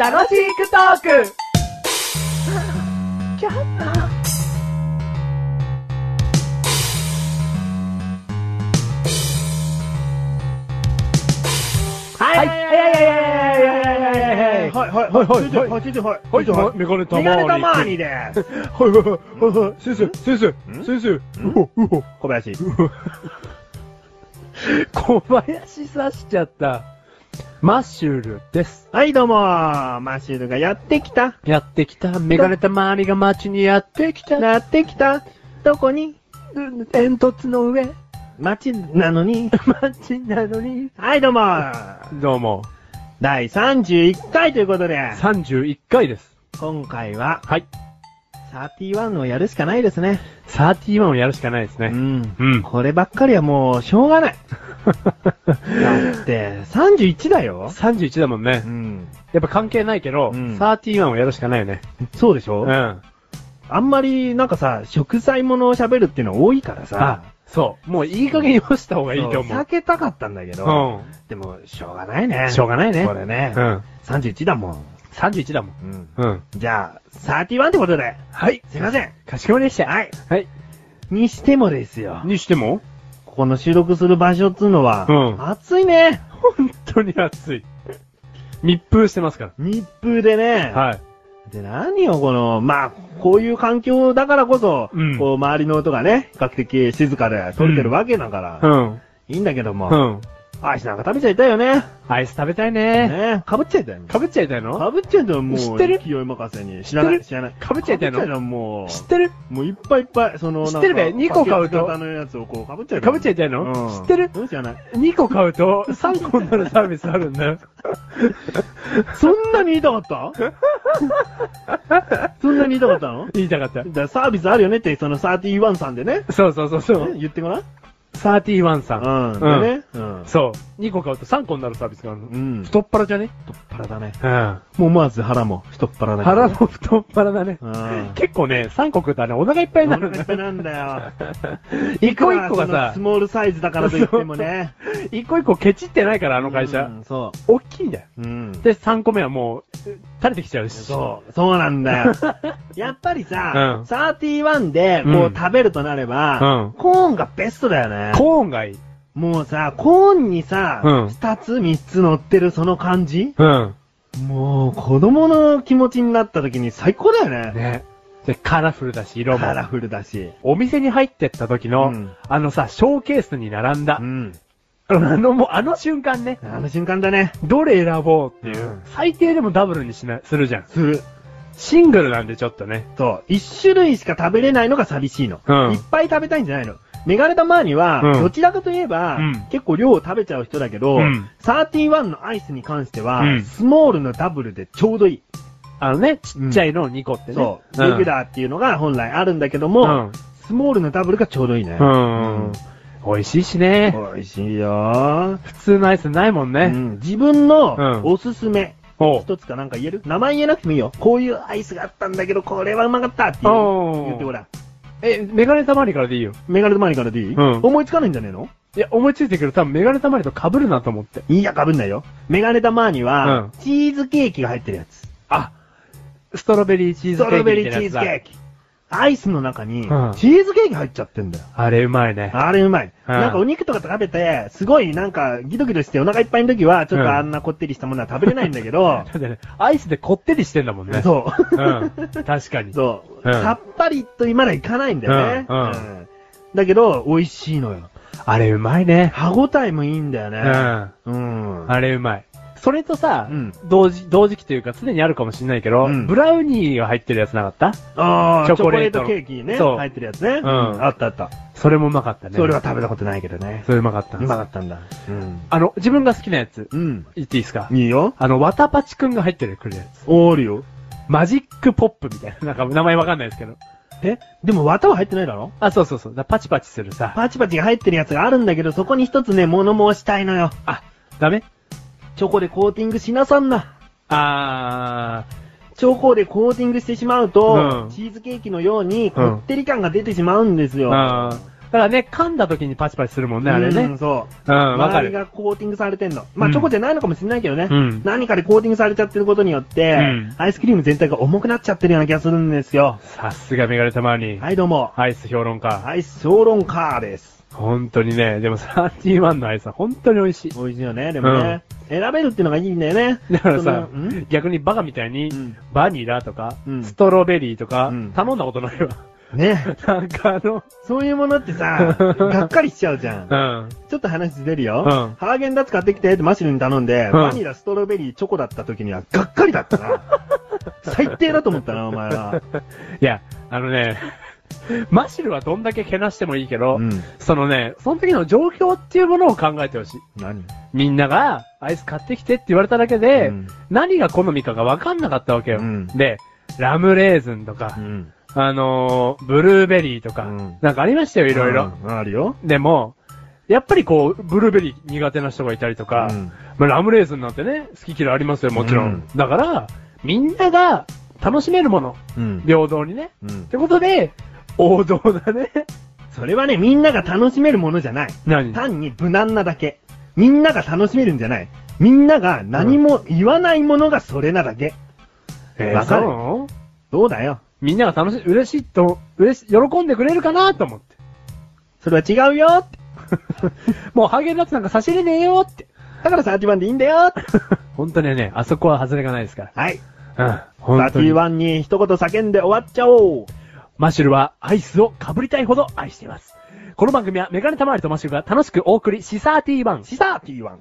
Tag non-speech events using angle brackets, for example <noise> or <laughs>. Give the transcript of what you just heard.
楽しくトークはい、はい、はいはいはいはいはいはいはいはいはいはいはいはいはいはいはいはい先生はい先生はい、メガネたまメーガに。ネたまーにです。はいはいはいはいはい、先生、先生、先生、うほ、うほ。小林。小林刺しちゃった。マッシュルです。はい、どうもーマッシュルがやってきた。やってきた。メガネたまわりが街にやってきた。やってきた。どこに煙突の上。街なのに。街なのに。はい、どうもーどうも。第31回ということで、 31回です。今回は、はい。 31をやるしかないですね。 31をやるしかないですうね。ん。うん。こればっかりはもう、しょうがない。だって、31だよ。 31だもんねう。ん。やっぱ関係ないけど、うん31をやるしかないよね。そうでしょうん。あんまり、なんかさ、食材ものを喋るっていうのは多いからさあ、、そう。もういい加減に干した方がいいとそう思避けたかったんだけど、う。でも、しょうがないねう。ん。しょうがないねこ。れね、うん。 31だもん。 31だもん。うん。うん。じゃあ、31ってことで、はい。すいません。かしこまりました。はい。はい。にしてもですよ。にしてもここの収録する場所っつうのは、うん暑いね。本当に暑い。密封してますか密封でね。ら。はい。で、何よ、この、まあ、こういう環境だからこそ、うんこう、周りの音がね、比較的静かで撮れてるわけだから、うん。いいんだけども、うん。アイスなんか食べちゃいたいよね。アイス食べたいね。ねかぶっちゃいたいの。かぶっちゃいたいのかぶっちゃいたいの、もう、知ってる勢い任せに。知らない、知知らない。かぶっちゃいたいかぶっちゃいのたいも知ってるう、もういっぱいいっぱい、その、知ってるべ二個買うとパッケージ型のやつをこう、かぶっちゃいたかぶっちゃいたいの知ってるうん知らない。 ?2 個買うと3個になるサービスあるんだよ。そんなに言いたか <laughs> ったそんなに言いたかったの言いたかっただ。からサービスあるよねって、その31さんでね。そうそうそうそう。ね言ってごらん。 31さん。うん。うんでね。うん。そう。2個買うと3個になるサービスがあるの。うん。太っ腹じゃね太っ腹だね。うん。もう思わず腹も太っ腹だけど腹ね。も太っ腹だ <laughs> ね。うん。結構ね、3個食うとね、お腹いっぱいになおるん腹いだっぱよいなんだよ。 <laughs> 一個一個がいくらそのさス、モールサイズだからといっても <laughs> ね。一個一個ケチってないから、あの会う社。んそ大きいんだよ。う。うん。で、3個目はもう、垂れてきちゃうし。そう、そうなんだよ。 <laughs> やっぱりうさん、 31でこうんう食べるとなれうんば、コーンがベストだよね。コーンがいい。もうさ、コーンにさ、うん2つ3つ乗ってるその感じうん。もう子供の気持ちになった時に最高だよね。ね。で、カラフルだし、色もカ。ラフルだし。お店に入ってった時の、うんあのさ、ショーケースに並んだう。ん。あの、もうあの瞬間ね。あの瞬間だね。どれ選ぼうっていう。うん最低でもダブルにしな、するじゃん。する。シングルなんでちょっとね。そう。一種類しか食べれないのが寂しいの。うんいっぱい食べたいんじゃないの。メガネたまーには、うんどちらかといえば、うん結構量を食べちゃう人だけど、うん31のアイスに関しては、うんスモールのダブルでちょうどいい。あのね、ちっちゃいの2個ってね。そう。レギュラーっていうのが本来あるんだけども、うんスモールのダブルがちょうどいいね。うん。ううんん。美味しいしね。美味しいよ、普通のアイスないもんうね。ん、自分のおすすめ、おう一つかなんか言える名前言えなくてもいいよ。こういうアイスがあったんだけど、これはうまかったっていうおう言ってごらん。え、メガネたまりからでいいよ。メガネマニからでいい、うん思いつかないんじゃねえのいや、思いついてくる多分メガネたまりと被るなと思って。いや、かぶんないよ。メガネタマーニは、うんチーズケーキが入ってるやつ。あ、ストロベリーチースズトケローキみたベいリーチーなやつズだ。ケーキ。アイスの中に、うんチーズケーキ入っちゃってんだよ。あれうまいね。あれうまい。うんなんかお肉とか食べて、すごいなんかギドギドしてお腹いっぱいの時は、ちょっうんとあんなこってりしたものは食べれないんだけどだ、ってね、アイスでこってりしてんだもん <laughs> ね。そうう。ん。確かに。そう、 <laughs> うんさっぱりと今まだいかないんだよね。うんうんだけど、美味しいのよ。あれうまいね。歯応えもいいんだようね。ん。うん。あれうまい。それとさ、うん同時、同時期というか常にあるかもしれないけど、うんブラウニーが入ってるやつなかったああ、チョチョココレレーートトのケーキね。そう入ってるやつね。うんあったあった。それもうまかったね。それは食べたことないけどね。それうまかったうまかったんだ。うん。あの、自分が好きなやつ、うん。言っていいですかいいよ。あの、ワタパチくんが入ってるくるやつ。おーるよ。マジックポップみたいな。なんか名前わかんないですけど。えでも綿は入ってないだろあ、そうそうそう。だパチパチするさ。パチパチが入ってるやつがあるんだけど、そこに一つね、物申したいのよ。あ、ダメチョコでコーティングしなさんな。あチョコでコーティングしてしまうと、うんチーズケーキのように、うんこってり感が出てしまうんですよ。ー、あーからね、噛んだ時にパチパチするもんね、あれうねん。そう。うん、わか周りる。がコーティングされてんの。まあ、うんチョコじゃないのかもしれないけどね。うん何かでコーティングされちゃってることによって、うんアイスクリーム全体が重くなっちゃってるような気がするんですよ。さすがメガネたまに、はい、どうも。アイス評論家。アイス評論家です。本当にね、でも31のアイスは本当に美味しい。美味しいよね、でもね。選べるっていうのがいいんだよね。だからさそのん、逆にバカみたいにうん、バニラとかう、んストロベリーとかうん、頼んだことないわ。ね。なんかあの、そういうものって <laughs> さ、がっかりしちゃうじゃん。うん。ちょっと話ずれるよ。うんハーゲンダッツ買ってきてってマシュルに頼んで、んバニラ、ストロベリー、チョコだった時にはがっかりだった <laughs> な。最低だと思ったな、お前は。いや、あのね、マシルはどんだけけなしてもいいけど、うん。そのね、その時の状況っていうものを考えてほしい。何みんなが、アイス買ってきてって言われただけで、うん何が好みかが分かんなかったわけよ。うんで、ラムレーズンとか、ん。あのーブルーベリーとか、うんなんかありましたよ、いいろいろ。。あるよ。でも、やっぱりこう、ブルーベリー苦手な人がいたりとか、うんまあ、ラムレーズンなんてね、好き嫌いありますよ、もちろん。うんだから、みんなが楽しめるもの、うん。平等にね。うんっ。てことで、王道だね。それはね、みんなが楽しめるものじゃない。何単に無難なだけ。みんなが楽しめるんじゃない。みんなが何も言わないものがそれなだけ。えわかるそうどうだよ。みんなが楽しい、嬉しいと、嬉し、喜んでくれるかなと思って。それは違うよって。 <laughs> もうハーゲンダッツなんか差し入れねえよって。 <laughs> だから31番でいいんだよって。本当にね、あそこは外れがないですかはい。ら。うん。本当に。 31に一言叫んで終わっちゃおう。マシュルはアイスをかぶりたいほど愛しています。この番組はメガネたまわりとマシュルが楽しくお送り、シサーティワン。シサー31。